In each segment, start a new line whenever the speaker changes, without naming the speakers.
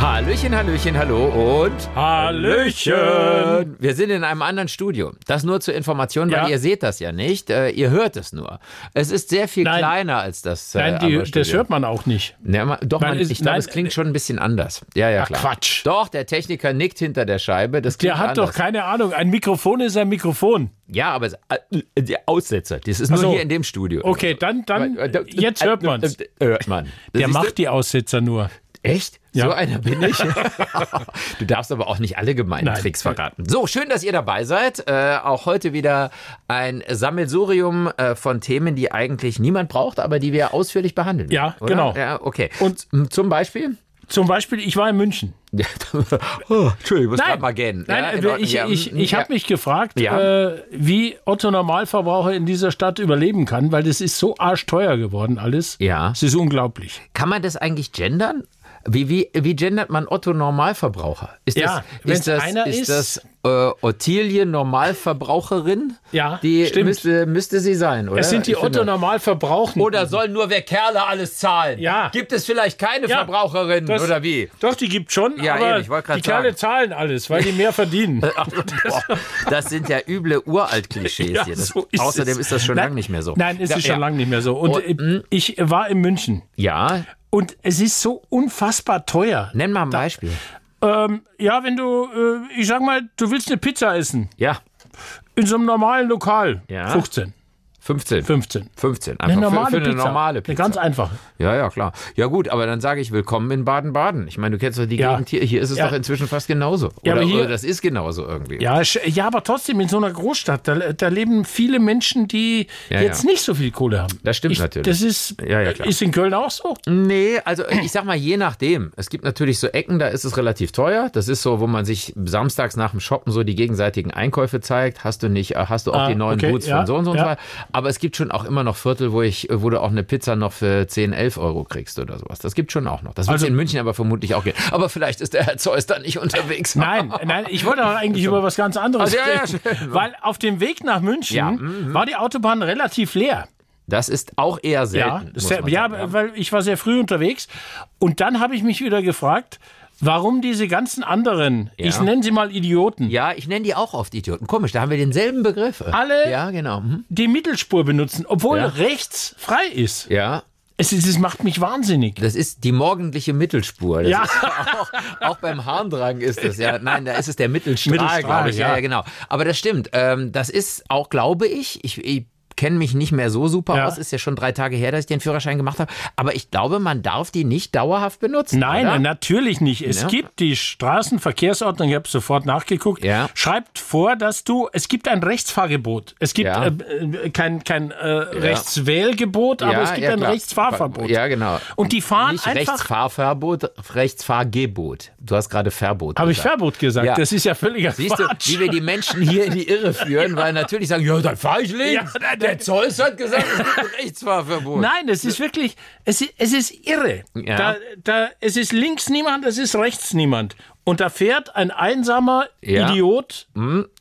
Hallöchen, Hallöchen, hallo und
Hallöchen!
Wir sind in einem anderen Studio. Das nur zur Information,
Ja.
weil ihr seht das ja nicht. Äh, ihr hört es nur. Es ist sehr viel
Nein.
kleiner als das. Äh,
Nein, die,
andere
das
Studio.
hört man auch nicht.
Ja, man, doch,
Man
man,
ist-
ich glaube,
nein, äh,
es klingt schon ein bisschen anders. Ja, ja,
Ach,
klar.
Quatsch.
Doch, der Techniker nickt hinter der Scheibe. Das klingt
Der hat
anders.
doch keine Ahnung. Ein Mikrofon ist ein Mikrofon.
Ja, aber es, äh, der Aussetzer. Das ist nur
so.
hier in dem Studio.
Okay, dann, dann
Äh, äh,
jetzt hört man es.
äh, äh, Hört man. Das
Der
siehst du?
macht die Aussetzer nur.
Echt? So
Ja.
einer bin ich. du darfst aber auch nicht alle gemeinen
Nein.
Tricks verraten. So, schön, dass ihr dabei seid. Äh, auch heute wieder ein Sammelsurium äh, von Themen, die eigentlich niemand braucht, aber die wir ausführlich behandeln.
Ja,
oder?
genau.
Ja, okay.
Und-
M- zum Beispiel?
Zum Beispiel, ich war in München.
oh, Entschuldigung, ich muss grad mal gähnen. Ja,
nein äh,
in Ordnung.
ich,
Ja,
ich,
mm,
ich
ja.
habe mich gefragt,
Ja.
äh, wie Otto Normalverbraucher in dieser Stadt überleben kann, weil das ist so arschteuer geworden alles.
Ja.
Es ist unglaublich.
Kann man das eigentlich gendern? Wie, wie, wie gendert man Otto Normalverbraucher? Ist
Ja,
das,
wenn's
ist das,
einer
ist
ist-
das äh, Ottilie Normalverbraucherin?
Ja,
die
stimmt.
Müsste, müsste sie sein, oder?
Es sind die
Ich finde-
Otto Normalverbrauchen.
Oder sollen nur wir Kerle alles zahlen?
Ja.
Gibt es vielleicht keine
Ja.
Verbraucherinnen
Das-
oder wie?
Doch, die gibt schon,
Ja,
aber
eben, ich wollt grad
die Kerle
sagen.
zahlen alles, weil die mehr verdienen.
Boah, das sind ja üble Uralt-Klischees
Ja,
hier. Das,
so ist
außerdem
es.
ist das schon
Nein,
lange nicht mehr so.
Nein, ist
Ja,
es schon
ja. hm?
lange nicht mehr so. Und, äh, ich war in München
Ja,
und es ist so unfassbar teuer.
nenn mal ein Beispiel.
Ähm, ja, wenn du, äh, ich sag mal, du willst eine Pizza essen
Ja,
in so einem normalen Lokal.
Ja.
15,
15.
15.
15.
Eine
Einfach für,
normale
für eine
Pizza.
normale Pizza.
Eine ganz einfache.
Ja, ja, klar. Ja, gut, aber dann sage ich willkommen in Baden-Baden. Ich meine, du kennst doch die
Ja.
Gegend hier. Hier ist es
Ja.
doch inzwischen fast genauso. Oder,
Ja, aber hier-
oder das ist genauso irgendwie.
Ja, sch- ja, aber trotzdem in so einer Großstadt, da, da leben viele Menschen, die
Ja,
jetzt
ja.
nicht so viel Kohle haben.
Das stimmt
ich,
natürlich.
Das ist,
Ja, ja, klar.
ist in Köln auch so.
Nee, also äh, ich sag mal, je nachdem. Es gibt natürlich so Ecken, da ist es relativ teuer. Das ist so, wo man sich samstags nach dem Shoppen so die gegenseitigen Einkäufe zeigt. Hast du nicht, äh, hast du auch
Ah,
die neuen
okay,
Boots
ja,
von so und so und so.
ja.
Aber es gibt schon auch immer noch Viertel, wo ich, wo du auch eine Pizza noch für 10, 11 Euro kriegst oder sowas. Das gibt schon auch noch. Das wird
Also-
in München aber vermutlich auch gehen. Aber vielleicht ist der Herr Zeus da nicht unterwegs.
Nein, nein, ich wollte doch eigentlich über was ganz anderes
Also, ja, ja,
reden.
schön.
weil auf dem Weg nach München
Ja,
war die Autobahn relativ leer.
Das ist auch eher
Ja,
selten. Äh, muss
sehr,
man
ja,
sagen.
weil ich war sehr früh unterwegs und dann habe ich mich wieder gefragt, warum diese ganzen anderen,
Ja.
ich nenne sie mal Idioten,
ja, ich nenne die auch oft Idioten. Komisch, da haben wir denselben Begriff.
Alle-
Ja, genau. Mhm.
die Mittelspur benutzen, obwohl
Ja.
rechts frei ist.
Ja,
Es, ist- es macht mich wahnsinnig.
Das ist die morgendliche Mittelspur. Das
Ja.
Ist auch, auch beim Harndrang ist das ja. Nein, da ist es der Mittelstrahl,
Mittelstrahl,
glaube ich. Ja.
ja.
ja, genau. Aber das stimmt. Ähm, das ist auch, glaube ich, ich, ich kenne mich nicht mehr so super
Ja.
aus. Ist ja schon drei Tage her, dass ich den Führerschein gemacht habe. Aber ich glaube, man darf die nicht dauerhaft benutzen.
Nein,
oder?
natürlich nicht. Es
Ja.
gibt die Straßenverkehrsordnung, ich habe sofort nachgeguckt,
Ja.
schreibt vor, dass du, es gibt ein Rechtsfahrgebot. Es gibt
Ja.
äh, äh, kein, kein äh, Rechtswählgebot, aber
Ja,
es gibt
ja,
ein
klar.
Rechtsfahrverbot.
Ja, genau.
Und die fahren
Nicht
einfach...
Rechtsfahrverbot, Rechtsfahrgebot. Du hast gerade Verbot.
Habe ich
gesagt.
Verbot gesagt?
Ja.
Das ist ja völliger
Siehst du,
Quatsch.
wie wir die Menschen hier in die Irre führen, weil natürlich sagen, ja, dann fahre ich links.
Ja, nein,
der
nein.
Zeus hat gesagt, es gibt ein Rechtsfahrverbot.
Nein, es ist wirklich, es ist, es ist irre.
Ja.
Da, da, es ist links niemand, es ist rechts niemand. Und da fährt ein einsamer
Ja. Mhm.
Idiot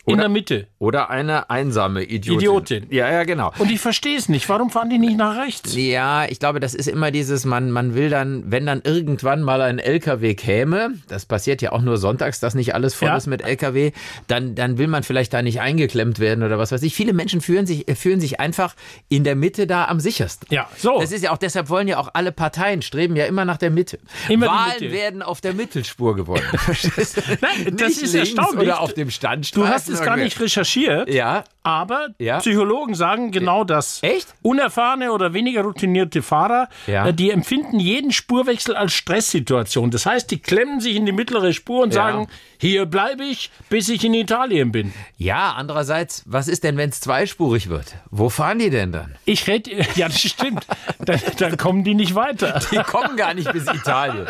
in der Mitte.
Oder eine einsame Idiotin.
Idiotin.
Ja, ja, genau.
Und ich verstehe es nicht. Warum fahren die nicht nach rechts?
Ja, ich glaube, das ist immer dieses, man, man will dann, wenn dann irgendwann mal ein LKW käme, das passiert ja auch nur sonntags, dass nicht alles voll
Ja.
ist mit LKW, dann, dann will man vielleicht da nicht eingeklemmt werden oder was weiß ich. Viele Menschen fühlen sich, äh, fühlen sich einfach in der Mitte da am sichersten.
Ja, so.
Das ist ja auch, deshalb wollen ja auch alle Parteien streben ja immer nach der Mitte.
Immer die
Wahlen
Mitte.
werden auf der Mittelspur gewonnen. Verstehst du?
Nein, das
nicht
ist
links
erstaunlich.
Oder auf dem Standstreifen.
Du hast es gar
irgendwie.
nicht recherchiert,
Ja.
aber
Ja.
Psychologen sagen genau das.
Echt?
Unerfahrene oder weniger routinierte Fahrer,
Ja.
äh, die empfinden jeden Spurwechsel als Stresssituation. Das heißt, die klemmen sich in die mittlere Spur und
Ja.
sagen, hier bleibe ich, bis ich in Italien bin.
Ja, andererseits, was ist denn, wenn es zweispurig wird? Wo fahren die denn dann?
Ich rede, ja, das stimmt. Dann, dann kommen die nicht weiter.
Die kommen gar nicht bis Italien.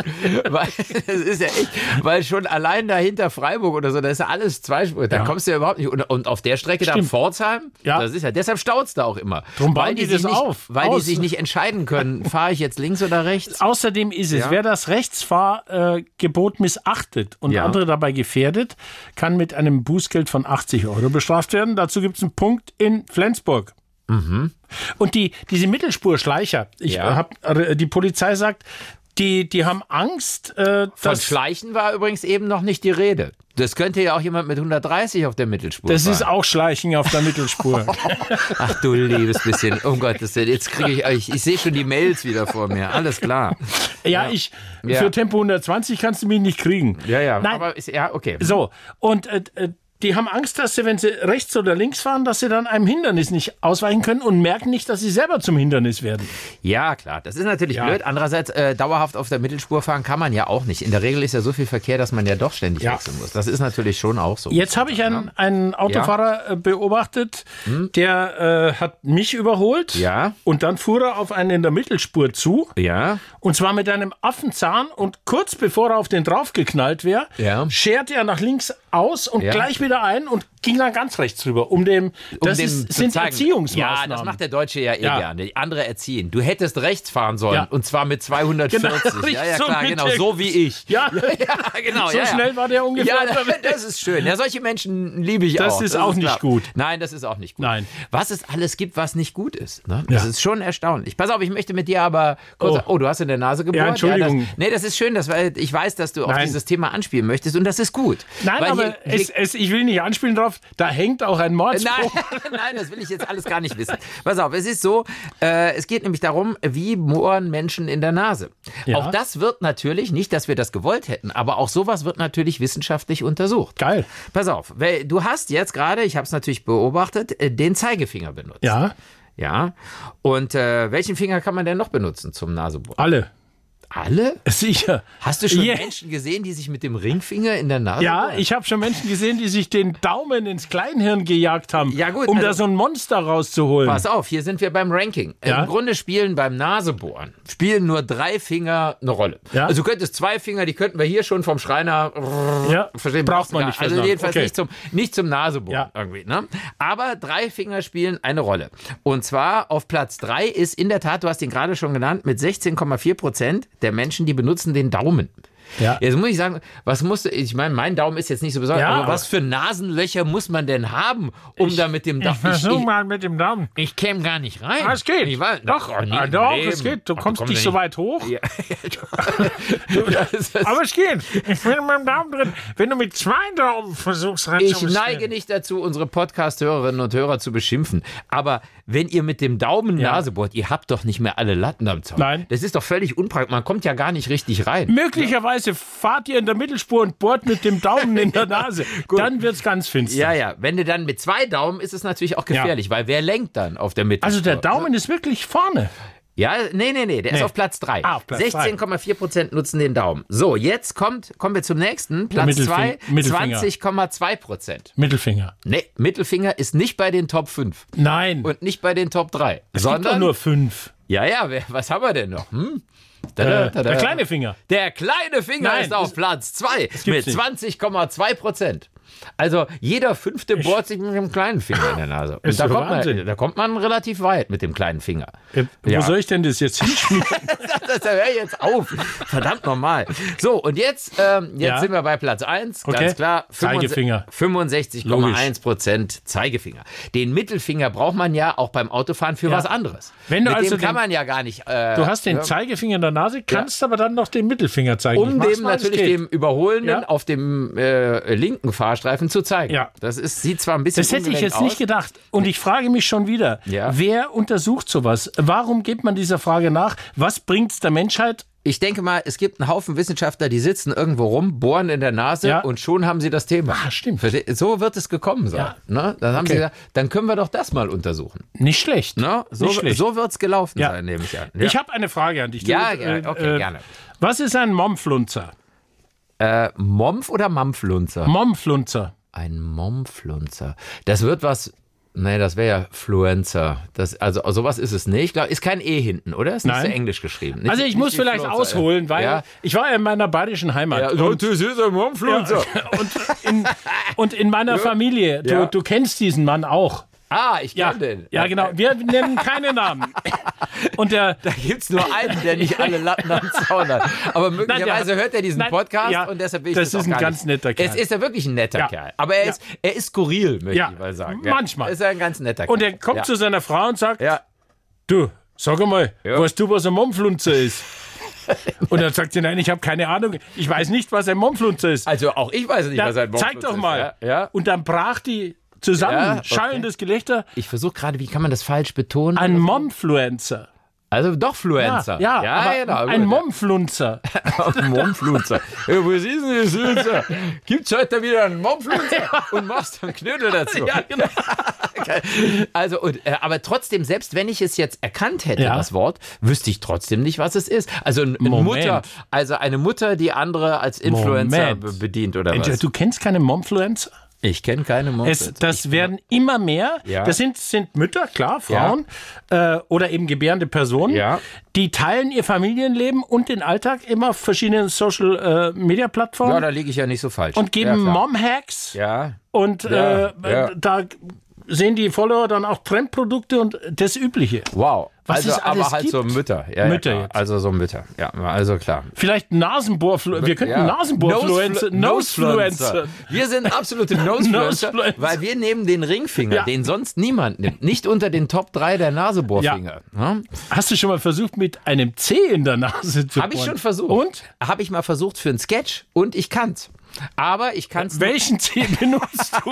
Weil, das ist ja echt, weil schon schon allein dahinter Freiburg oder so, da ist ja alles Zweispur. Da
Ja.
kommst du ja überhaupt nicht. Und, und auf der Strecke da
Stimmt.
Pforzheim,
Ja.
das ist ja, deshalb staut's da auch immer.
Drum bauen die
sich
das
nicht,
auf,
Weil
aus.
die sich nicht entscheiden können, fahre ich jetzt links oder rechts?
Außerdem ist es,
Ja.
wer das Rechtsfahrgebot missachtet und
Ja.
andere dabei gefährdet, kann mit einem Bußgeld von 80 Euro bestraft werden. Dazu gibt es einen Punkt in Flensburg. Und die, diese Mittelspurschleicher, ich
Mhm. Ja.
hab, also die Polizei sagt, die, die haben Angst, äh,
Von
dass,
Schleichen war übrigens eben noch nicht die Rede. Das könnte ja auch jemand mit 130 auf der Mittelspur
das
fahren.
ist auch Schleichen auf der Mittelspur.
Ach du liebes bisschen, um Gottes Willen, jetzt kriege ich, ich, ich sehe schon die Mails wieder vor mir, alles klar.
ja, ich,
Ja.
für Tempo 120 kannst du mich nicht kriegen.
Ja, ja,
Nein,
aber ist, ja, okay.
So, und äh, äh, die haben Angst, dass sie, wenn sie rechts oder links fahren, dass sie dann einem Hindernis nicht ausweichen können und merken nicht, dass sie selber zum Hindernis werden.
Ja, klar, das ist natürlich
Ja.
blöd. Andererseits, äh, dauerhaft auf der Mittelspur fahren kann man ja auch nicht. In der Regel ist ja so viel Verkehr, dass man ja doch ständig
Ja.
wechseln muss. Das ist natürlich schon auch so.
Jetzt habe ich einen, einen Autofahrer äh, beobachtet, der äh, hat mich überholt
Hm? Ja.
und dann fuhr er auf einen in der Mittelspur zu
Ja,
und zwar mit einem Affenzahn und kurz bevor er auf den draufgeknallt wäre,
Ja.
scherte er nach links aus und
Ja.
gleich wieder ein und ging dann ganz rechts rüber, um dem,
um
das
dem
ist,
zu
sind
zeigen.
Erziehungsmaßnahmen.
Ja, das macht der Deutsche ja eh
Ja.
gerne. Die andere erziehen. Du hättest rechts fahren sollen
Ja.
und zwar mit 240.
Genau,
ja, ja,
so
klar,
mit
genau,
der-
so wie ich.
Ja.
ja genau.
So
ja, ja.
schnell war der ungefähr
Ja,
unterwegs.
das ist schön. Ja, solche Menschen liebe ich
Das
auch.
ist auch nicht gut.
Nein, das ist auch nicht gut.
Nein.
Was es alles gibt, was nicht gut ist. Ne? Das
Ja.
ist schon erstaunlich. Pass auf, ich möchte mit dir aber kurz. Oh,
Oh.
du hast in der Nase gebohrt.
Entschuldigung.
das, nee, das ist schön, dass, weil ich weiß, dass du auf
Nein.
dieses Thema anspielen möchtest und das ist gut.
Nein,
Weil
aber
hier- hier
es, es, ich will nicht anspielen drauf, da hängt auch ein
Nein,
Mordspruch.
nein, das will ich jetzt alles gar nicht wissen. Pass auf, es ist so, äh, es geht nämlich darum, wie bohren Menschen in der Nase.
Ja.
Auch das wird natürlich, nicht, dass wir das gewollt hätten, aber auch sowas wird natürlich wissenschaftlich untersucht.
Geil.
Pass auf, weil du hast jetzt gerade, ich habe es natürlich beobachtet, äh, den Zeigefinger benutzt.
Ja,
Ja. Und äh, welchen Finger kann man denn noch benutzen zum Nasebohren?
alle.
Alle?
Sicher.
Hast du schon
Ja.
Menschen gesehen, die sich mit dem Ringfinger in der Nase
Ja,
bohren?
ich habe schon Menschen gesehen, die sich den Daumen ins Kleinhirn gejagt haben,
Ja, gut,
um da
also-
so ein Monster rauszuholen.
Pass auf, hier sind wir beim Ranking.
Ja.
Im Grunde spielen beim Nasebohren, spielen nur drei Finger eine Rolle.
Ja.
Also du könntest zwei Finger, die könnten wir hier schon vom Schreiner
Ja,
verstehen.
braucht man
gar-
nicht.
Also
versagt.
jedenfalls
okay.
nicht, zum, nicht zum Nasebohren
Ja.
irgendwie. Ne? Aber drei Finger spielen eine Rolle. Und zwar auf Platz drei ist in der Tat, du hast ihn gerade schon genannt, mit 16,4 Prozent der Menschen, die benutzen den Daumen.
Ja.
Jetzt muss ich sagen, was musste ich meine, mein Daumen ist jetzt nicht so besonders,
Ja,
aber
aber-
was für Nasenlöcher muss man denn haben, um da mit dem Daumen
Versuch mal mit dem Daumen.
ich käme gar nicht rein.
Ah, es geht.
Ich war,
doch,
oh, nie
ah,
im
doch
Leben.
es geht. Du
Ach,
kommst
komm
nicht
doch
so weit hoch.
Ja. Du, das, das,
Aber es geht. Ich bin mit dem Daumen drin. Wenn du mit zwei Daumen versuchst
ich
reinzumischen.
neige nicht dazu, unsere Podcast-Hörerinnen und Hörer zu beschimpfen. Aber wenn ihr mit dem Daumen Nase bohrt, ihr habt doch nicht mehr alle Latten am Zaun.
Nein.
Das ist doch völlig unpraktisch. Man kommt ja gar nicht richtig rein.
Möglicherweise fahrt ihr in der Mittelspur und bohrt mit dem Daumen in der Nase. Dann wird's ganz finster.
Ja, ja. Wenn du dann mit zwei Daumen ist es natürlich auch gefährlich, weil wer lenkt dann auf der Mitte?
Also der Daumen ist wirklich vorne.
Ja, nee, nee, nee, der ist auf Platz 3.
Ah, auf Platz
16,4 Prozent nutzen den Daumen. So, jetzt kommt, kommen wir zum nächsten. Platz 2,
Mittelfing- Mittelfinger.
20,2 Prozent.
Mittelfinger.
Nee, Mittelfinger ist nicht bei den Top 5
Nein.
und nicht bei den Top 3.
es gibt doch
sondern,
nur fünf.
ja, ja, wer, was haben wir denn noch? Hm?
Äh,
Tada, tada.
der kleine Finger.
Der kleine Finger
Nein,
ist auf
es-
Platz 2 mit
gibt's nicht.
20,2 Prozent. Also jeder fünfte bohrt sich mit dem kleinen Finger in der Nase. Und
Ist
da
doch
kommt, man,
Wahnsinn.
da kommt man relativ weit mit dem kleinen Finger. Ja.
Wo soll ich denn das jetzt hinschmieren?
Das hör jetzt auf. Verdammt normal. So, und jetzt, ähm, jetzt
Ja.
sind wir bei Platz 1.
Okay.
Ganz klar.
Zeigefinger.
65,1
Logisch.
Prozent Zeigefinger. Den Mittelfinger braucht man ja auch beim Autofahren für was anderes.
Wenn du
Mit
also
dem kann
den-
man ja gar nicht. Äh,
Du hast den Zeigefinger in der Nase, kannst aber dann noch den Mittelfinger zeigen. Ich
um
mach's
dem
mal, das
natürlich
geht.
dem Überholenden
Ja.
auf dem äh, linken Fahrstreifen zu zeigen.
Ja.
Das ist, sieht zwar ein bisschen
Das hätte ich
ungelenk
jetzt
aus.
nicht gedacht. Und ich frage mich schon wieder,
Ja.
wer untersucht sowas? Warum geht man dieser Frage nach? Was bringt es der Menschheit?
Ich denke mal, es gibt einen Haufen Wissenschaftler, die sitzen irgendwo rum, bohren in der Nase
Ja.
und schon haben sie das Thema.
Ah, stimmt.
Verste- So wird es gekommen sein.
Ja.
Ne? Dann haben
Okay.
sie gesagt, dann können wir doch das mal untersuchen.
Nicht schlecht.
Ne? So,
Nicht schlecht.
so wird es gelaufen
Ja.
sein, nehme ich an.
Ich habe eine Frage an dich. Du,
Ja,
äh,
ja, okay,
äh,
gerne.
Was ist ein Momflunzer?
äh, Momf oder Mampflunzer?
Momflunzer.
Ein Momflunzer. Das wird was Nee, das wäre ja Fluencer. Das, also sowas ist es nicht. Ich Glaub, ist kein E hinten, oder? Ist nicht
Nein.
so englisch geschrieben. Nicht-
Also ich
nicht
muss
die
vielleicht
Fluencer,
ausholen,
äh,
weil
Ja.
ich war ja in meiner badischen Heimat.
Ja,
und,
das ist ein Influencer.
in, und in meiner Familie. Du,
Ja.
du kennst diesen Mann auch.
Ah, ich
Ja,
kenne den.
ja, genau. Wir nennen keine Namen. Und der,
Da gibt es nur einen, der nicht alle Latten am Zaun hat. Aber möglicherweise
der-
hört er diesen
Nein,
Podcast
ja,
und deshalb will ich
das
das,
ist
auch
ein
gar
ganz
nicht.
netter Kerl.
Es ist ja wirklich ein netter
Ja.
Kerl. Aber er,
Ja.
ist, er ist skurril, möchte
Ja.
ich mal sagen.
Manchmal.
Ist er ein ganz netter Kerl.
und er kommt
ja.
zu seiner Frau und sagt,
Ja.
du, sag mal,
Ja.
weißt du, was ein Momflunzer ist? Und dann sagt sie, nein, ich habe keine Ahnung. Ich weiß nicht, was ein Momflunzer ist.
Also auch ich weiß nicht,
Ja,
was ein Bonbon
zeig doch
ist.
mal.
Ja. ja.
Und dann brach die zusammen,
Ja, okay.
schallendes Gelächter,
Ich versuche gerade, wie kann man das falsch betonen?
ein Momfluencer.
also doch Fluencer.
Also- Ja,
ja,
aber
genau,
ein
gut, ja.
Momflunzer.
Momflunzer. Ja, was ist denn das? Flunzer? Gibt's heute wieder einen Momflunzer und machst dann Knödel dazu.
ja, genau.
Also, und, äh, aber trotzdem, selbst wenn ich es jetzt erkannt hätte,
Ja.
das Wort, wüsste ich trotzdem nicht, was es ist. Also, ein, ein
Moment.
Mutter, also eine Mutter, die andere als Influencer
Moment.
be- bedient oder was?
Du kennst keine Momfluencer?
Ich kenne keine Mutter.
Es, das werden immer mehr.
Ja.
Das sind, sind Mütter, klar, Frauen äh, oder eben gebärende Personen,
Ja.
die teilen ihr Familienleben und den Alltag immer auf verschiedenen Social äh, Media Plattformen
ja, da liege ich ja nicht so falsch.
und geben
ja, klar.
Mom-Hacks
Ja.
und
Ja,
äh,
ja.
da sehen die Follower dann auch Trendprodukte und das Übliche.
Wow.
Was
also,
es alles
aber halt so
gibt.
Mütter. Ja, ja,
Mütter
klar.
jetzt.
Also so Mütter. Ja, also klar.
Vielleicht Nasenbohrflu wir könnten
Ja.
Nasenbohrfluencer, Nosefluencer.
Nosefluencer. Wir sind absolute Nosefluencer,
Nosefluencer.
weil wir nehmen den Ringfinger,
Ja.
den sonst niemand nimmt. Nicht unter den Top 3 der Nasebohrfinger. Hm?
Hast du schon mal versucht, mit einem C in der Nase zu
Habe ich
bohren?
schon versucht.
Und?
Habe ich mal versucht für einen Sketch und ich kann's. Aber ich kann's.
Welchen C benutzt du?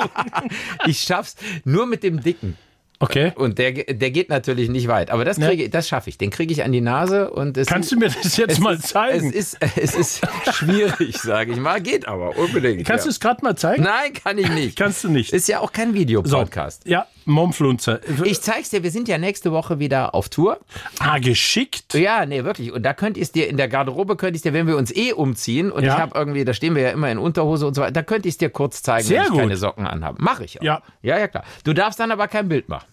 Ich schaff's nur mit dem Dicken.
Okay.
Und der, ge- der geht natürlich nicht weit. Aber das kriege, das schaffe ich. Den kriege ich an die Nase und es
Ne? Kannst du mir das jetzt
es
mal
ist,
zeigen?
Es ist, es ist schwierig, sage ich mal. Geht aber unbedingt.
Kannst du
ja.
es gerade mal zeigen?
Nein, kann ich nicht.
Kannst du nicht.
Ist ja auch kein Videopodcast.
Ja, Momflunzer.
Ich zeig's dir, wir sind ja nächste Woche wieder auf Tour.
ah, geschickt.
Ja, nee, wirklich. Und da könnt ihr es dir in der Garderobe, könnt ihr es dir, wenn wir uns eh umziehen, und
Ja.
ich habe irgendwie, da stehen wir ja immer in Unterhose und so weiter, da könnte ich es dir kurz zeigen,
Sehr
wenn ich
gut.
keine Socken anhabe. Mache ich auch.
Ja.
ja, ja, klar. Du darfst dann aber kein Bild machen.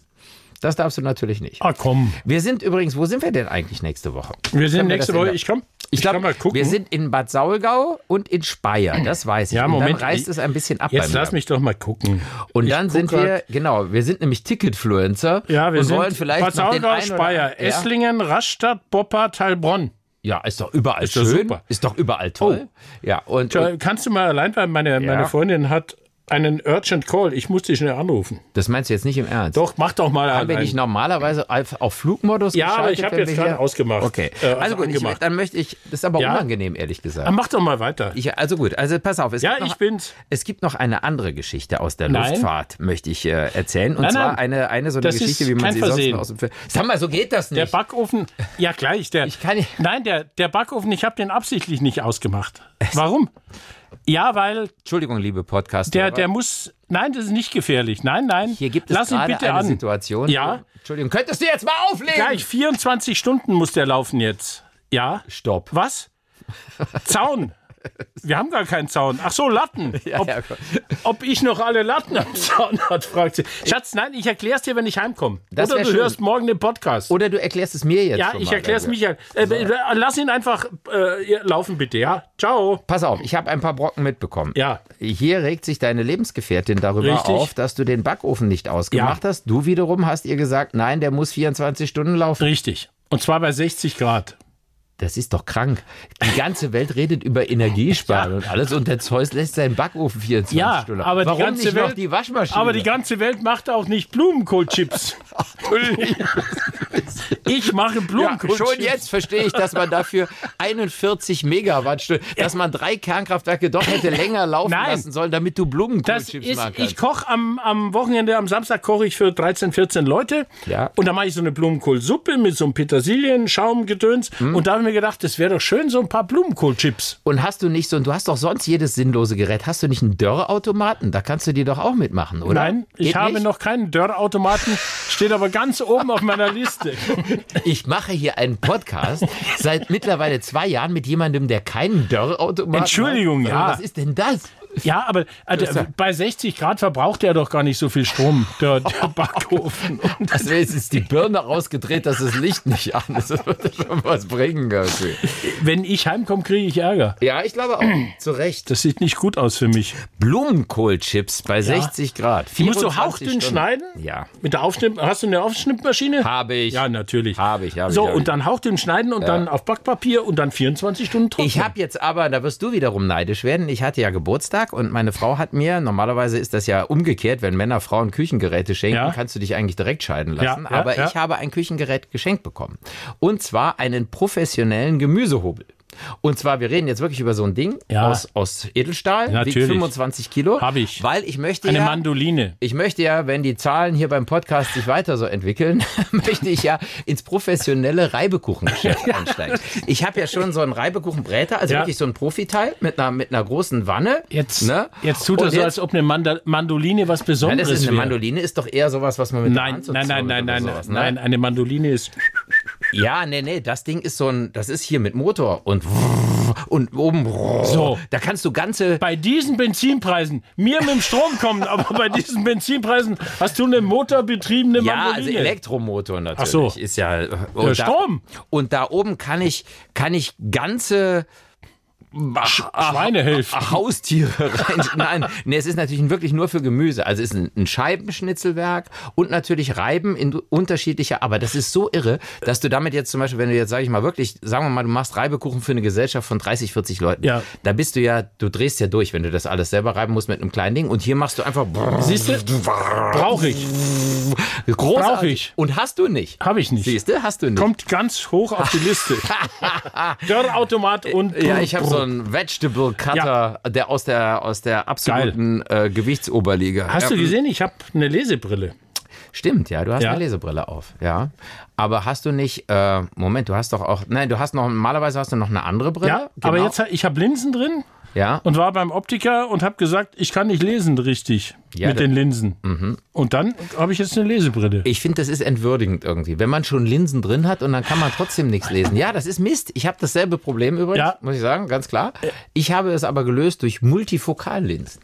Das darfst du natürlich nicht.
Ah, komm.
Wir sind übrigens, wo sind wir denn eigentlich nächste Woche?
Wir sind
Können
nächste
das in
Woche.
der-
Ich komm.
ich
kann
glaube,
mal gucken.
wir sind in Bad Saulgau und in Speyer, das weiß ich.
Ja,
und
Moment,
dann reißt
ich-
es ein bisschen ab bei
Jetzt
mir.
lass mich doch mal gucken.
Und
Ich
dann
guck
sind wir,
grad.
genau, wir sind nämlich Ticketfluencer
Ja, wir
und
sind
wollen vielleicht
Bad
noch den
Saulgau,
einen oder-
Speyer,
ja.
Esslingen, Rastatt, Boppard, Heilbronn.
Ja, ist doch überall
doch
schön.
super. Oh.
Ist doch überall toll. Ja, und, und
Tja, kannst du mal allein, weil meine, meine Freundin hat einen Urgent Call. Ich muss dich schnell anrufen.
das meinst du jetzt nicht im Ernst?
Doch, mach doch mal
Haben wir
allein.
nicht normalerweise auf, auf Flugmodus
Ja, aber
geschaltet,
ich habe
wenn
jetzt
wir
gerade
hier-
ausgemacht.
Okay,
Äh, also
also gut, ich,
angemacht.
dann möchte ich, das ist aber
Ja?
unangenehm, ehrlich
Dann
gesagt.
mach doch mal weiter.
Ich, also gut, also pass auf. Es
Ja,
gibt noch,
ich bin's.
Es gibt noch eine andere Geschichte aus der
Nein.
Luftfahrt, möchte ich äh, erzählen. Und
Nein,
zwar
nein.
Eine, eine so eine
Das ist
Geschichte, wie man
kein
sie sonst
Versehen.
nur aus dem Film... Sag mal, so geht das
Der
nicht.
Backofen, ja gleich, der.
Ich kann nicht-
Nein, der, der Backofen, ich habe den absichtlich nicht ausgemacht. Warum? Ja, weil
Entschuldigung, liebe podcast
der, der muss. Nein, das ist nicht gefährlich. Nein, nein.
Hier gibt es
Lass ihn
gerade
bitte
eine
an.
Situation.
Ja.
Entschuldigung, könntest du jetzt mal auflegen?
Gleich 24 Stunden muss der laufen jetzt. Ja.
Stopp.
Was? Zaun. Wir haben gar keinen Zaun. Ach so, Latten. Ob,
ja, komm.
ob ich noch alle Latten am Zaun hat, fragt sie. Schatz, nein, ich erkläre es dir, wenn ich heimkomme.
Das
Oder
wär
du
schön.
hörst morgen den Podcast.
Oder du erklärst es mir jetzt
Ja,
schon
ich
mal.
erkläre es
Also,
Michael. Äh, äh, Lass ihn einfach äh, ihr- laufen, bitte. Ja, ciao.
Pass auf, ich habe ein paar Brocken mitbekommen.
Ja.
Hier regt sich deine Lebensgefährtin darüber
Richtig.
auf, dass du den Backofen nicht ausgemacht
Ja.
hast. Du wiederum hast ihr gesagt, nein, der muss 24 Stunden laufen.
Richtig. Und zwar bei 60 Grad.
Das ist doch krank. Die ganze Welt redet über Energiesparen und alles und der Zeus lässt seinen Backofen 24
Ja,
Stunden.
aber die
Warum
ganze
nicht noch
Welt-
die Waschmaschine?
Aber die ganze Welt macht auch nicht Blumenkohlchips. ich mache
ja,
Blumenkohlchips.
schon jetzt verstehe ich, dass man dafür 41 Megawattstunden, dass man drei Kernkraftwerke doch hätte länger laufen
Nein.
lassen sollen, damit du
Das
Blumenkohlchips
ist,
machen kannst.
ich koche am, am Wochenende, am Samstag koche ich für 13, 14 Leute.
Ja.
Und da mache ich so eine Blumenkohlsuppe mit so einem Petersilien-Schaumgedöns.
Hm.
Und da habe ich mir gedacht, das wäre doch schön, so ein paar Blumenkohlchips.
Und hast du nicht so, und du hast doch sonst jedes sinnlose Gerät, hast du nicht einen Dörrautomaten? Da kannst du die doch auch mitmachen, oder?
Nein, ich
Geht
habe
nicht?
noch keinen Dörrautomaten, steht aber ganz oben auf meiner Liste.
Ich mache hier einen Podcast seit mittlerweile zwei Jahren mit jemandem, der keinen Dörrautomaten hat.
Entschuldigung,
Sondern
ja.
Was ist denn das?
Ja, aber also,
Das ist ja-
bei 60 Grad verbraucht er doch gar nicht so viel Strom, der, der Backofen. Und
Also jetzt ist die Birne rausgedreht, dass das Licht nicht an ist. Das würde schon was bringen. Gerti.
wenn ich heimkomme, kriege ich Ärger.
Ja, ich glaube auch. Zu Recht.
Das sieht nicht gut aus für mich.
Blumenkohlchips bei 60 Grad.
Die musst du
24
hauchdünn
Stunden.
schneiden.
Ja.
Mit der Aufschnipp Hast du eine Aufschnittmaschine?
Habe ich.
Ja, natürlich.
Habe ich, habe ich,
So,
habe ich.
und dann hauchdünn schneiden und dann auf Backpapier und dann 24 Stunden trocknen.
Ich habe jetzt aber, da wirst du wiederum neidisch werden. Ich hatte ja Geburtstag und meine Frau hat mir, normalerweise ist das ja umgekehrt, wenn Männer Frauen Küchengeräte schenken,
Ja.
kannst du dich eigentlich direkt scheiden lassen.
Ja, ja,
aber
ja.
ich habe ein Küchengerät geschenkt bekommen. Und zwar einen professionellen Gemüsehobel. Und zwar, wir reden jetzt wirklich über so ein Ding
Ja.
aus, aus Edelstahl, wiegt
Natürlich.
25 Kilo.
Hab ich.
Weil ich möchte
Eine
ja,
Mandoline.
ich möchte ja, wenn die Zahlen hier beim Podcast sich weiter so entwickeln, möchte ich ja ins professionelle Reibekuchengeschäft einsteigen. Ich habe ja schon so einen Reibekuchenbräter, also
Ja.
wirklich so ein Profiteil mit einer, mit einer großen Wanne.
Jetzt,
ne?
jetzt tut er
Und
so,
jetzt-
als ob eine Manda Mandoline was
Nein,
Besonderes
das ist eine
wäre.
Mandoline, ist doch eher sowas, was man mit der
Nein,
Hand so
nein, nein,
zwirbelt
nein,
oder
nein,
sowas, ne?
nein, eine Mandoline ist.
Ja, nee, nee, das Ding ist so ein, das ist hier mit Motor und und oben.
So.
Da kannst du ganze
Bei diesen Benzinpreisen, mir mit dem Strom kommen, aber bei diesen Benzinpreisen hast du eine motorbetriebene
Ja, also
Mandoline.
Elektromotor natürlich.
so.
Ist ja äh, und
Der Strom.
Da, und da oben kann ich, kann ich ganze
Schweinehälften.
Haustiere rein. Nein, nee, es ist natürlich wirklich nur für Gemüse. Also es ist ein, ein Scheibenschnitzelwerk und natürlich Reiben in unterschiedlicher. Aber das ist so irre, dass du damit jetzt zum Beispiel, wenn du jetzt, sage ich mal, wirklich, sagen wir mal, du machst Reibekuchen für eine Gesellschaft von 30, 40 Leuten.
Ja.
Da bist du ja, du drehst ja durch, wenn du das alles selber reiben musst mit einem kleinen Ding. Und hier machst du einfach
Siehst du? Brauche ich.
großartig.
Brauch ich.
Und hast du nicht.
Habe ich nicht.
Siehst du, hast du nicht.
Kommt ganz hoch auf die Liste. Dörrautomat und.
Ja, ich habe so einen Vegetable Cutter, der aus der aus der absoluten äh, Gewichtsoberliga.
Hast
ja,
du
hm. mm,
gesehen, ich habe eine Lesebrille.
Stimmt, ja, du hast
Ja.
eine Lesebrille auf, ja. Aber hast du nicht, äh, Moment, du hast doch auch, nein, du hast noch, normalerweise hast du noch eine andere Brille. Genau.
Ja, aber jetzt ha- ich habe Linsen drin
ja.
und war beim Optiker und habe gesagt, ich kann nicht lesen richtig
Ja,
mit
da- Mhm.
den Linsen. Und dann habe ich jetzt eine Lesebrille.
Ich finde, das ist entwürdigend irgendwie. Wenn man schon Linsen drin hat und dann kann man trotzdem nichts lesen. Ja, das ist Mist. Ich habe dasselbe Problem übrigens,
Ja. Äh.
muss ich sagen, ganz klar. Ich habe es aber gelöst durch Multifokallinsen.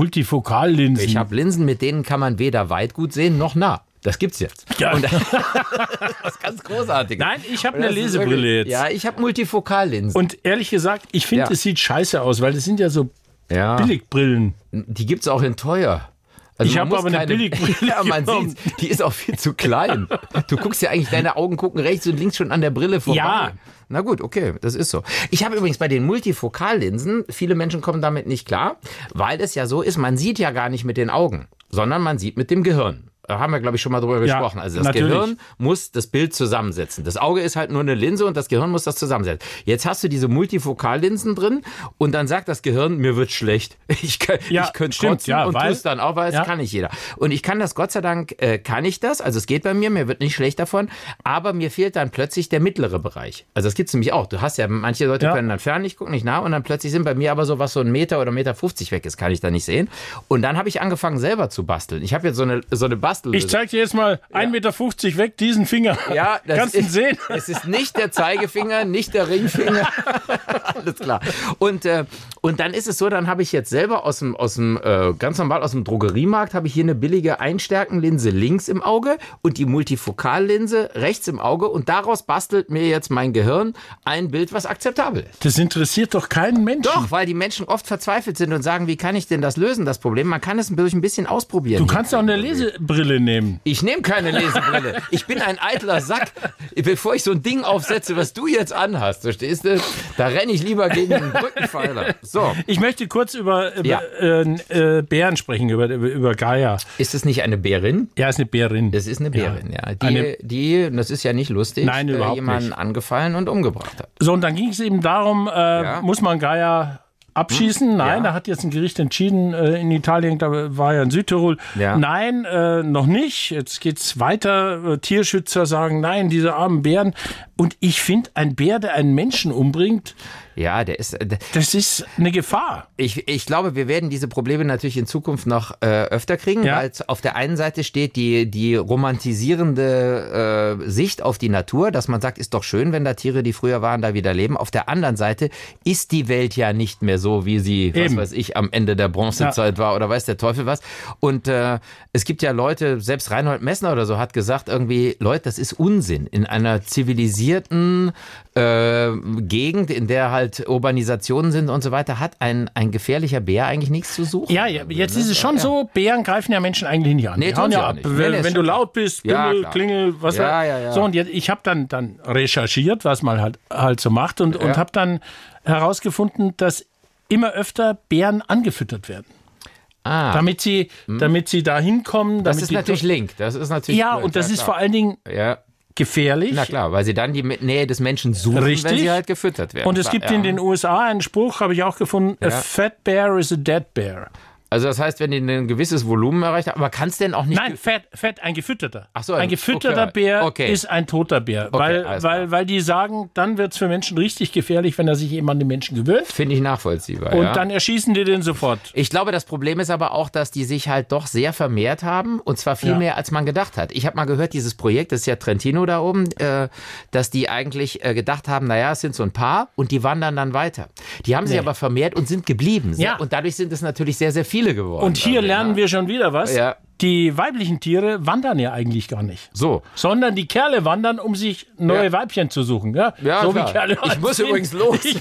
Multifokallinsen.
Ich habe Linsen, mit denen kann man weder weit gut sehen noch nah. Das gibt's jetzt.
Ja.
Und was ganz Großartiges.
Nein, ich habe
Und
eine
das ist
Lesebrille
wirklich-
jetzt.
Ja, ich habe Multifokallinsen.
Und ehrlich gesagt, ich finde,
Ja.
es sieht scheiße aus, weil das sind ja so
ja,
Billigbrillen.
die gibt's auch in teuer. Also
Ich
man
hab
muss
aber eine
keine-
Billigbrille
Ja, man
genommen.
sieht's. Die ist auch viel zu klein. Du guckst ja eigentlich, deine Augen gucken rechts und links schon an der Brille vorbei.
Ja.
Na gut, okay, das ist so. Ich habe übrigens bei den Multifokallinsen, viele Menschen kommen damit nicht klar, weil es ja so ist, man sieht ja gar nicht mit den Augen, sondern man sieht mit dem Gehirn. Da haben wir, glaube ich, schon mal drüber
Ja,
gesprochen. Also das
natürlich.
Gehirn muss das Bild zusammensetzen. Das Auge ist halt nur eine Linse und das Gehirn muss das zusammensetzen. Jetzt hast du diese Multifokallinsen drin und dann sagt das Gehirn, mir wird schlecht. Ich, kann,
Ja,
ich könnte
stimmt,
kotzen
ja,
und
weil-
tu's dann auch, weil es
Ja.
kann nicht jeder. Und ich kann das, Gott sei Dank, äh, kann ich das. Also es geht bei mir, mir wird nicht schlecht davon. Aber mir fehlt dann plötzlich der mittlere Bereich. Also das gibt's nämlich auch. Du hast ja, manche Leute
Ja.
können dann fern nicht gucken, nicht nah. Und dann plötzlich sind bei mir aber so was so ein Meter oder Meter 50 weg ist, kann ich da nicht sehen. Und dann habe ich angefangen selber zu basteln. Ich habe jetzt so eine, so eine Bastel.
Ich zeig dir jetzt mal 1,50 Meter weg diesen Finger.
Also Ja, das
Kannst du
ist,
ihn sehen?
Es ist nicht der Zeigefinger, nicht der Ringfinger. Alles klar. Und, äh, und dann ist es so, dann habe ich jetzt selber aus dem, aus dem äh, ganz normal aus dem Drogeriemarkt, habe ich hier eine billige Einstärkenlinse links im Auge und die Multifokallinse rechts im Auge. Und daraus bastelt mir jetzt mein Gehirn ein Bild, was akzeptabel ist.
Das interessiert doch keinen Menschen.
Doch, weil die Menschen oft verzweifelt sind und sagen, wie kann ich denn das lösen, das Problem? Man kann es durch ein bisschen ausprobieren.
Du kannst auch eine Lesebrille nehmen.
Ich nehme keine Lesebrille. Ich bin ein eitler Sack. Bevor ich so ein Ding aufsetze, was du jetzt anhast, verstehst du? Da renne ich lieber gegen den Brückenpfeiler. So.
Ich möchte kurz über, über
Ja.
äh, äh, Bären sprechen, über, über, über Gaia.
Ist es nicht eine Bärin?
Er ist eine Bärin.
Es ist eine Bärin, ja. Die,
Eine-
die, das ist ja nicht lustig,
Nein,
äh,
überhaupt
jemanden angefallen und umgebracht hat.
So, und dann ging es eben darum, äh, muss man Gaia abschießen?
Hm.
Nein,
ja.
da hat jetzt ein Gericht entschieden äh, in Italien, da war ja in Südtirol.
Ja.
Nein, äh, noch nicht. Jetzt geht's weiter. Äh, Tierschützer sagen, nein, diese armen Bären. Und ich finde, ein Bär, der einen Menschen umbringt,
Ja, der ist. äh, Der,
Das ist eine Gefahr.
ich, ich glaube, wir werden diese Probleme natürlich in Zukunft noch äh, öfter kriegen,
Ja.
weil es auf der einen Seite steht die, die romantisierende äh, Sicht auf die Natur, dass man sagt, ist doch schön, wenn da Tiere, die früher waren, da wieder leben. Auf der anderen Seite ist die Welt ja nicht mehr so, wie sie, was
Eben.
weiß ich, am Ende der Bronzezeit war oder weiß der Teufel was. Und äh, es gibt ja Leute, selbst Reinhold Messner oder so hat gesagt, irgendwie, Leute, das ist Unsinn. In einer zivilisierten äh, Gegend, in der halt Urbanisationen sind und so weiter, hat ein, ein gefährlicher Bär eigentlich nichts zu suchen.
Ja, ja, jetzt ist es schon so, Bären greifen ja Menschen eigentlich nicht an.
ne? Nee,
die
tun
hauen
sie
ja
auch
ab.
nicht. Nee,
Wenn,
nee, ist
wenn du
schon
laut bist,
Ja,
Bimmel,
klar.
Klingel, was
Ja,
weiß-
ja, ja.
So, und jetzt, ich habe dann, dann recherchiert, was man halt, halt so macht und, und habe dann herausgefunden, dass immer öfter Bären angefüttert werden.
Ah.
Damit sie, damit sie da hinkommen.
Das
damit
ist
die-
natürlich Link. Das ist natürlich.
Ja,
blöd,
und das ist
klar.
vor allen Dingen
Ja,
gefährlich.
na klar, weil sie dann die Nähe des Menschen suchen, wenn
Richtig.
sie halt gefüttert werden.
Und es
Klar,
gibt
ja.
in den USA einen Spruch, habe ich auch gefunden, a fat bear is a dead bear.
Also das heißt, wenn die ein gewisses Volumen erreicht haben, aber kann es denn auch nicht
Nein, fat, fat, ein gefütterter.
Ach so,
ein
ein-
gefütterter
okay,
Bär
okay.
ist ein toter Bär. weil,
alles
weil,
klar.
weil die sagen, dann wird es für Menschen richtig gefährlich, wenn er sich eben an den Menschen gewöhnt.
Finde ich nachvollziehbar.
Und
ja.
dann erschießen die den sofort.
ich glaube, das Problem ist aber auch, dass die sich halt doch sehr vermehrt haben und zwar viel
Ja.
mehr, als man gedacht hat. Ich habe mal gehört, dieses Projekt, das ist ja Trentino da oben, äh, dass die eigentlich äh, gedacht haben, naja, es sind so ein paar und die wandern dann weiter. Die haben sich aber vermehrt und sind geblieben.
Ja.
Und dadurch sind es natürlich sehr, sehr viele geworden.
Und hier lernen wir schon wieder was.
Ja.
Die weiblichen Tiere wandern ja eigentlich gar nicht.
So.
Sondern die Kerle wandern, um sich neue
Ja.
Weibchen zu suchen. Ja,
Ja,
so
klar.
wie Kerle halt
Ich muss übrigens los.
Ich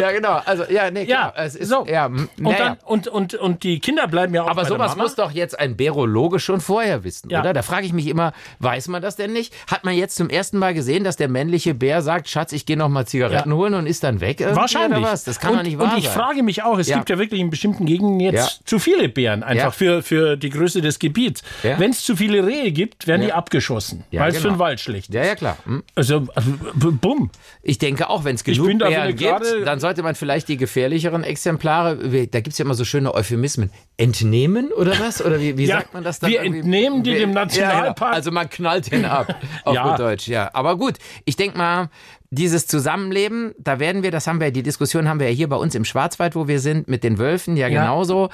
ja, genau. Also, ja, nee,
Ja,
klar. es ist,
so.
ja, m-
Und,
naja.
dann, und, und, und die Kinder bleiben ja auch
Aber
bei der
sowas
Mama.
muss doch jetzt ein Bärologe schon vorher wissen,
Ja.
oder? Da frage ich mich immer, weiß man das denn nicht? Hat man jetzt zum ersten Mal gesehen, dass der männliche Bär sagt, Schatz, ich gehe noch mal Zigaretten
Ja.
holen und ist dann weg? irgendwie
Wahrscheinlich.
Oder was? Das kann
und,
doch nicht wahr
Und ich
sein.
frage mich auch, es
Ja.
gibt ja wirklich in bestimmten Gegenden jetzt
Ja.
zu viele Bären, einfach
Ja.
für, für die Größe des Gebiets.
Ja.
Wenn es zu viele Rehe gibt, werden
Ja.
die abgeschossen,
Ja,
weil es für
genau.
den Wald schlecht
ja,
ist.
ja, klar. Hm.
Also, also, b- bumm.
Ich denke auch, wenn es genug
bin da für eine
Bären
gerade-
gibt, dann sollte man vielleicht die gefährlicheren Exemplare, wie- da gibt es ja immer so schöne Euphemismen, entnehmen oder was? Oder wie, wie
Ja,
sagt man das dann?
wir
irgendwie?
entnehmen die
Wir-
dem
Ja,
Nationalpark.
genau. Also man knallt den ab, auf
Ja.
gut Deutsch, ja. Aber gut, ich denke mal, dieses Zusammenleben, da werden wir, das haben wir, die Diskussion haben wir ja hier bei uns im Schwarzwald, wo wir sind, mit den Wölfen, ja,
Ja.
genauso.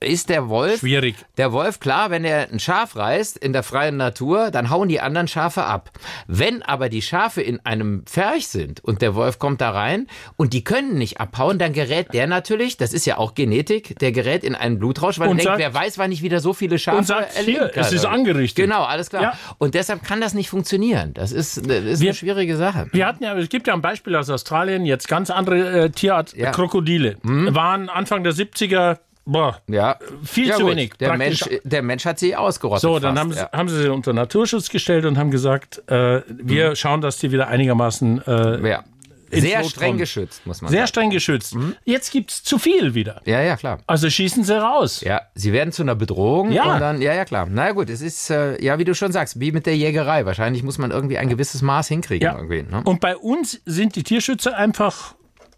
Ist der Wolf.
Schwierig.
Der Wolf, klar, wenn er ein Schaf reißt in der freien Natur, dann hauen die anderen Schafe ab. Wenn aber die Schafe in einem Pferch sind und der Wolf kommt da rein und die können nicht abhauen, dann gerät der natürlich, das ist ja auch Genetik, der gerät in einen Blutrausch, weil er
Und
denkt,
sagt-
wer weiß, wann ich wieder so viele Schafe
Und sagt,
erleben
hier,
kann.
es ist angerichtet.
Genau, alles klar.
Ja.
Und deshalb kann das nicht funktionieren. Das ist, das ist
Wir-
eine schwierige Sache.
Wir hatten ja, es gibt ja ein Beispiel aus Australien, jetzt ganz andere äh, Tierart,
Ja. Mhm.
Krokodile. Waren Anfang der 70er, boah,
Ja,
Viel
ja,
zu
gut.
wenig.
Der Mensch,
Praktisch-
der Mensch hat sie ausgerottet.
So, dann
fast,
haben, sie,
ja.
haben sie sie unter Naturschutz gestellt und haben gesagt, äh, wir schauen, dass die wieder einigermaßen äh,
Mhm. Ja. Mhm.
ins
Sehr
Lot
streng
kommen.
geschützt, muss man
sehr
sagen.
streng geschützt. Jetzt gibt's zu viel wieder.
Ja, ja, klar.
Also schießen sie raus.
Ja, sie werden zu einer Bedrohung
Ja.
und dann, ja, ja, klar. Na ja, gut, es ist, äh, ja, wie du schon sagst, wie mit der Jägerei. Wahrscheinlich muss man irgendwie ein gewisses Maß hinkriegen.
Ja.
Irgendwie, ne?
Und bei uns sind die Tierschützer einfach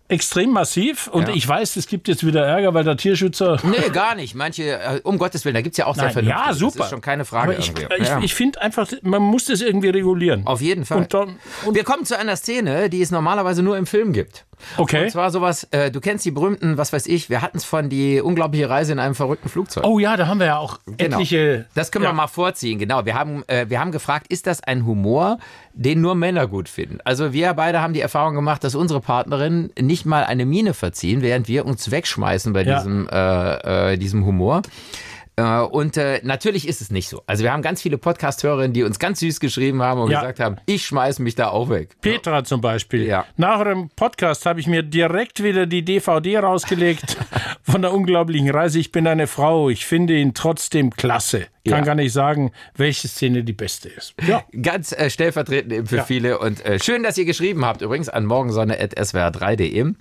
extrem massiv. Und
Ja.
ich weiß, es gibt jetzt wieder Ärger, weil der Tierschützer.
Nee, gar nicht. Manche, äh, um Gottes Willen, da gibt's ja auch sehr
Nein,
vernünftige.
ja, super.
Das ist schon keine Frage
Aber ich
irgendwie.
ich,
ja.
ich finde einfach, man muss das irgendwie regulieren.
Auf jeden Fall.
Und dann,
wir kommen zu einer Szene, die es normalerweise nur im Film gibt.
okay.
Und zwar sowas, äh, du kennst die berühmten, was weiß ich, wir hatten's von die unglaubliche Reise in einem verrückten Flugzeug.
Oh ja, da haben wir ja auch
Genau.
etliche.
Das können
ja.
wir mal vorziehen, genau. Wir haben, äh, wir haben gefragt, ist das ein Humor, den nur Männer gut finden? Also wir beide haben die Erfahrung gemacht, dass unsere Partnerinnen nicht mal eine Miene verziehen, während wir uns wegschmeißen bei
Ja.
diesem, äh, äh, diesem Humor. Äh, Und äh, natürlich ist es nicht so. Also wir haben ganz viele Podcast-Hörerinnen, die uns ganz süß geschrieben haben und
Ja.
gesagt haben, ich schmeiß mich da auch weg.
Petra zum Beispiel.
Ja.
Nach eurem Podcast habe ich mir direkt wieder die DVD rausgelegt von der unglaublichen Reise. Ich bin eine Frau. Ich finde ihn trotzdem klasse. Kann
Ja.
gar nicht sagen, welche Szene die beste ist. Ja.
Ganz äh, stellvertretend eben für
Ja.
viele. Und äh, schön, dass ihr geschrieben habt übrigens an morgensonne.swr3.de.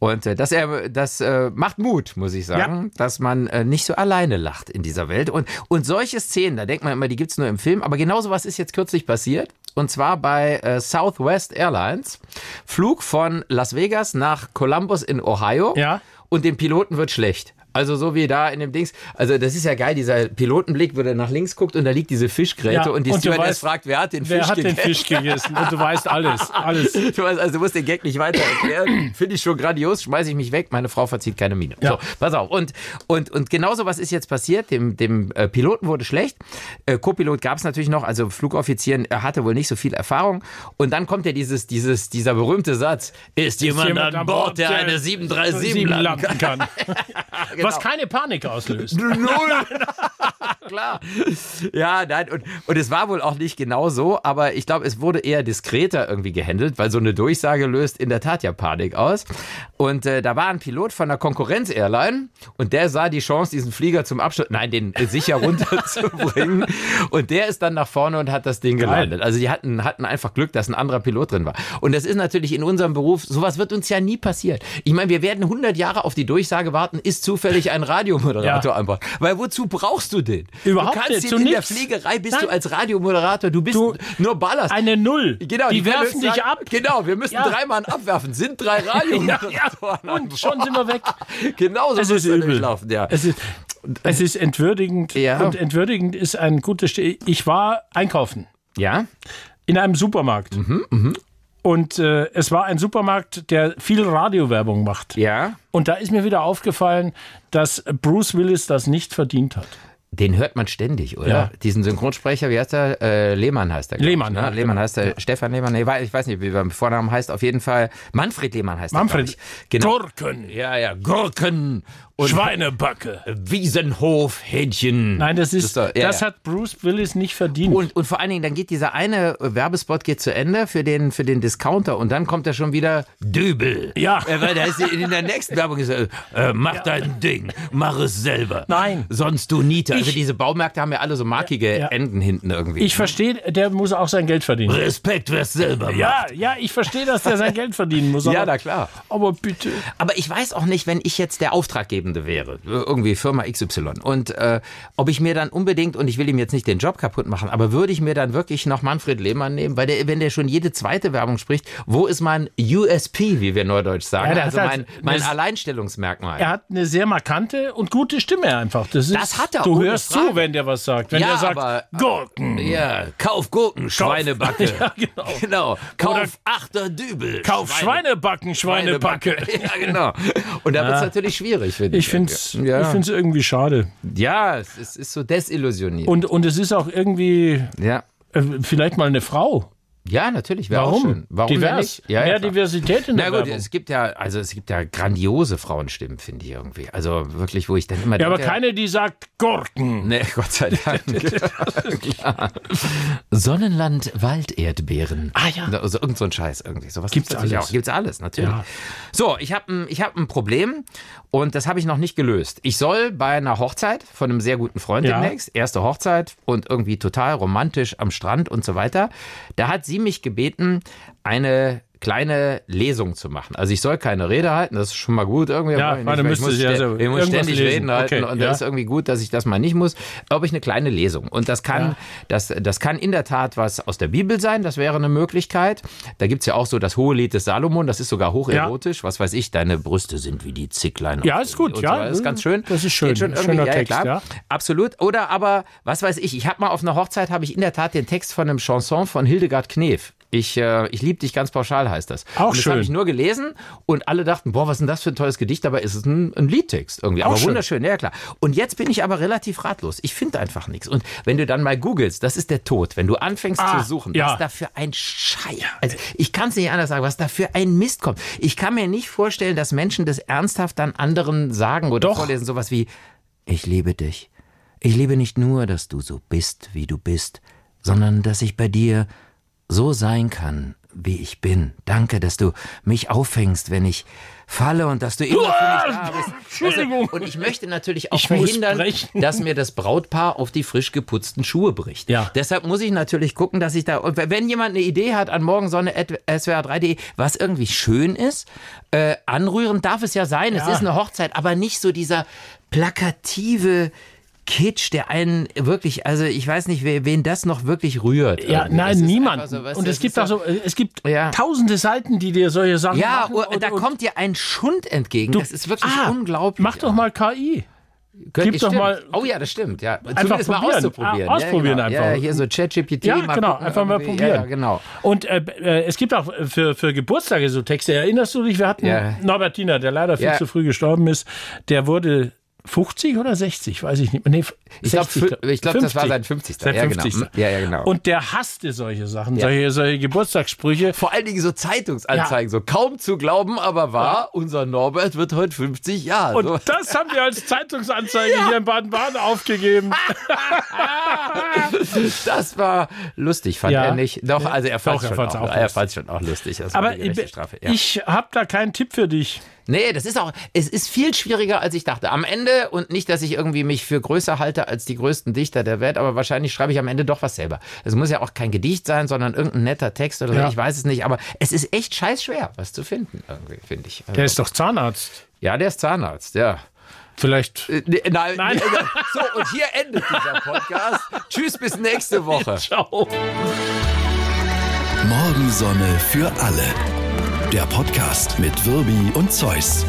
Und äh, das, äh, das äh, macht Mut, muss ich sagen, dass man äh, nicht so alleine lacht in dieser Welt. Und, und solche Szenen, da denkt man immer, die gibt's nur im Film. Aber genauso was ist jetzt kürzlich passiert. Und zwar bei äh, Southwest Airlines. Flug von Las Vegas nach Columbus in Ohio.
Ja.
Und dem Piloten wird schlecht. Also so wie da in dem Dings. Also das ist ja geil, dieser Pilotenblick, wo der nach links guckt und da liegt diese Fischgräte
Ja,
und die
und du
Stewardess
weißt,
fragt, wer hat den
Wer
Fisch
hat den
gegessen?
Fisch gegessen? Und du weißt alles. Alles.
Du weißt, also du musst den Gag nicht weiter erklären. Finde ich schon grandios, schmeiße ich mich weg. Meine Frau verzieht keine Miene. So, pass auf. Und, und, und genauso was ist jetzt passiert. Dem, dem äh, Piloten wurde schlecht. Äh, Copilot gab es natürlich noch, also Flugoffizieren er hatte wohl nicht so viel Erfahrung. Und dann kommt ja dieses, dieses, dieser berühmte Satz: Ist, jemand,
jemand Äh,
an Bord, der eine 737
sieben
landen
landen kann.
Genau.
Was keine Panik auslöst.
Null. Klar. Ja, nein. Und, und es war wohl auch nicht genau so, aber ich glaube, es wurde eher diskreter irgendwie gehandelt, weil so eine Durchsage löst in der Tat ja Panik aus. Und äh, da war ein Pilot von einer Konkurrenz-Airline und der sah die Chance, diesen Flieger zum Absturz, nein, den äh, sicher runterzubringen. Und der ist dann nach vorne und hat das Ding gelandet. Also die hatten, hatten einfach Glück, dass ein anderer Pilot drin war. Und das ist natürlich in unserem Beruf, sowas wird uns ja nie passiert. Ich meine, wir werden 100 Jahre auf die Durchsage warten, ist zufällig ein Radiomoderator
Ja.
an Bord. Weil wozu brauchst du den?
Überhaupt
du kannst
nicht,
den
zu
in der
nichts.
Fliegerei bist
Nein.
du als Radiomoderator, du bist
Du-
nur Ballast.
Eine Null.
Genau,
die,
können
werfen
uns
dich
sagen,
ab.
Genau, wir müssen
Ja.
dreimal abwerfen. Sind drei
Ja,
Radiomoderatoren.
ja. Und schon sind wir weg.
Genau so
Es ist
müssen wir
übel.
durchlaufen, Ja.
Es ist, es ist entwürdigend.
Ja.
Und entwürdigend ist ein gutes. Ste ich war einkaufen
ja?
in einem Supermarkt.
Mhm,
Und äh, es war ein Supermarkt, der viel Radiowerbung macht.
Ja.
Und da ist mir wieder aufgefallen, dass Bruce Willis das nicht verdient hat.
Den hört man ständig, oder?
Ja.
Diesen Synchronsprecher, wie heißt er? Äh, Lehmann heißt er. glaub ich,
Lehmann,
ne?
ja,
Lehmann heißt er. Stefan Lehmann. Nee, wei- ich weiß nicht, wie beim Vornamen heißt. Auf jeden Fall Manfred Lehmann heißt
Manfred,
er. glaub ich. Genau.
Gurken,
ja, ja. Gurken und
Schweinebacke.
Wiesenhof, Hähnchen.
Nein, das ist,
ist
das,
doch- ja, ja.
hat Bruce Willis nicht verdient.
Und, und vor allen Dingen, dann geht dieser eine Werbespot geht zu Ende für den, für den Discounter und dann kommt er schon wieder Dübel.
Ja.
Äh, Weil da ist in der nächsten Werbung gesagt, äh, mach dein Ding, mach es selber.
Nein.
Sonst du Niete. Also
Ich-
diese Baumärkte haben ja alle so markige
Ja.
Enden hinten irgendwie.
ich verstehe, der muss auch sein Geld verdienen.
Respekt, wer es selber macht.
Ja, ja, ich verstehe, dass der sein Geld verdienen muss.
Ja,
aber-
na klar.
Aber bitte.
Aber ich weiß auch nicht, wenn ich jetzt der Auftraggebende wäre, irgendwie Firma XY, und äh, ob ich mir dann unbedingt, und ich will ihm jetzt nicht den Job kaputt machen, aber würde ich mir dann wirklich noch Manfred Lehmann nehmen, weil der, wenn der schon jede zweite Werbung spricht, wo ist mein USP, wie wir neudeutsch sagen,
Ja, der
also
hat
mein,
halt
mein
eine-
Alleinstellungsmerkmal.
Er hat eine sehr markante und gute Stimme einfach. Das, ist,
Das hat er,
Du
ohne
hörst
Frage.
zu, wenn der was sagt. Wenn
Ja,
der sagt,
aber-
Gurken,
Ja, kauf Gurken, Schweinebacke.
Ja, genau.
Kauf
Oder-
Achter Dübel.
kauf Schweinebacken, Schweinebacke.
Ja, genau. Und da wird es natürlich schwierig, finde ich.
Ich finde es
Ja,
ich find's irgendwie schade.
ja es, ist, ist so desillusioniert.
Und, und es ist auch irgendwie
ja.
äh, vielleicht mal eine Frau.
Ja, natürlich. Wäre
Warum?
Auch schön. Warum denn
Divers.
nicht? Ja,
Mehr
ja, klar.
Diversität in der
Na gut,
Werbung.
es gibt ja, also es gibt ja grandiose Frauenstimmen, finde ich irgendwie. Also wirklich, wo ich dann immer
Ja, aber
denke.
keine, die sagt Gurken.
Nee, Gott sei Dank. Klar. Sonnenland Walderdbeeren. Ah ja. Also irgend so ein Scheiß irgendwie. Sowas
Gibt's
gibt's natürlich
alles.
Auch. Gibt's alles, natürlich.
Ja.
So, ich habe ein, ich hab ein Problem und das habe ich noch nicht gelöst. Ich soll bei einer Hochzeit von einem sehr guten Freund
Ja.
demnächst, erste Hochzeit und irgendwie total romantisch am Strand und so weiter. Da hat sie mich gebeten, eine kleine Lesung zu machen. Also ich soll keine Rede halten, das ist schon mal gut irgendwie.
Ja,
aber ich
weil du
nicht, weil ich
müsstest
muss
ja
stä-
selber
ich muss
irgendwas
ständig
lesen.
Reden halten
Okay,
und
ja.
das ist irgendwie gut, dass ich das mal nicht muss, ob ich eine kleine Lesung. Und das kann, das, das kann in der Tat was aus der Bibel sein, das wäre eine Möglichkeit. Da gibt's ja auch so das hohe Lied des Salomon, das ist sogar hocherotisch. Was weiß ich, deine Brüste sind wie die Zicklein.
Ja,
auf
ist
dem-
gut,
und
ja. Mhm.
So, weiter. ist ganz schön.
Das ist schön.
Geht schon irgendwie,
Schöner
ja,
Text,
klar.
ja.
Absolut. Oder aber, was weiß ich, ich habe mal auf einer Hochzeit, habe ich in der Tat den Text von einem Chanson von Hildegard Knef. Ich, äh, ich lieb dich ganz pauschal heißt das.
Auch
und das
schön.
habe ich nur gelesen und alle dachten, boah, was ist denn das für ein tolles Gedicht? Dabei ist es ein, ein Liedtext irgendwie. Aber
schön.
wunderschön, ja klar. Und jetzt bin ich aber relativ ratlos. Ich finde einfach nichts. Und wenn du dann mal googelst, das ist der Tod. Wenn du anfängst
Ah,
zu suchen,
ja.
was da für ein Scheiß. Also ich kann es nicht anders sagen, was da für ein Mist kommt. Ich kann mir nicht vorstellen, dass Menschen das ernsthaft dann anderen sagen oder
Doch.
vorlesen, sowas wie, ich liebe dich. Ich liebe nicht nur, dass du so bist, wie du bist, sondern dass ich bei dir so sein kann, wie ich bin. Danke, dass du mich auffängst, wenn ich falle und dass du immer für mich da bist. Also,
Entschuldigung.
und ich möchte natürlich auch
Ich muss
verhindern,
brechen.
dass mir das Brautpaar auf die frisch geputzten Schuhe bricht.
Ja.
Deshalb muss ich natürlich gucken, dass ich da, und wenn jemand eine Idee hat an morgensonne.swr3.de, was irgendwie schön ist, äh, anrührend darf es ja sein, es
Ja.
ist eine Hochzeit, aber nicht so dieser plakative Kitsch, der einen wirklich, also ich weiß nicht, we- wen das noch wirklich rührt.
Ja,
irgendwie.
nein,
Es ist
niemand.
einfach so, weißt
und
du,
es gibt
ist
auch so, äh, es gibt
Ja.
tausende Seiten, die dir solche Sachen
Ja,
machen.
Ur-
und-
da
und-
kommt dir ein Schund entgegen. das ist wirklich
ah,
unglaublich.
Mach doch mal KI.
Könnt-
gib doch
stimmt.
mal-
Oh ja, das stimmt. Ja.
Einfach
Zumindest mal
probieren.
auszuprobieren.
Ah, ausprobieren
ja, genau. Ja,
einfach.
hier so ChatGPT.
Ja,
mal
genau,
gucken,
einfach mal
irgendwie.
probieren.
äh, Ja, ja, genau.
Und äh, äh, es gibt auch äh, für, für Geburtstage so Texte. Erinnerst du dich, wir hatten
Ja.
Norbert Diener, der leider viel
Ja.
zu früh gestorben ist. Der wurde 50 oder 60, weiß ich nicht. mehr. Nee,
Ich glaube,
60, glaub-
ich glaub, das war
50.
sein 50.
Sein
ja,
50.
Genau. Ja, ja, genau.
Und der hasste solche Sachen, solche, solche Geburtstagssprüche.
vor allen Dingen so Zeitungsanzeigen, so kaum zu glauben, aber wahr, unser Norbert wird heute 50 Jahre.
Und
so.
das haben wir als Zeitungsanzeige hier in Baden-Baden aufgegeben.
Das war lustig, fand
Ja.
er nicht. Doch, also er fand
Doch, er
es schon,
fand's
auch-
auch
er
lustig.
fand's schon auch lustig. Das war
Aber
die gerechte
ich-
Strafe. Ja.
ich habe da keinen Tipp für dich.
Nee, das ist auch, es ist viel schwieriger, als ich dachte. Am Ende, und nicht, dass ich irgendwie mich für größer halte als die größten Dichter der Welt, aber wahrscheinlich schreibe ich am Ende doch was selber. Es muss ja auch kein Gedicht sein, sondern irgendein netter Text oder so,
Ja.
ich weiß es nicht, aber es ist echt scheiß schwer, was zu finden, irgendwie, finde ich. Also,
Der ist doch Zahnarzt.
ja, der ist Zahnarzt, ja.
Vielleicht.
Äh, nee, nein,
Nein.
nee, nee. so, und hier endet dieser Podcast. Tschüss, bis nächste Woche.
Ciao.
Morgensonne für alle. Der Podcast mit Wirbi und Zeus.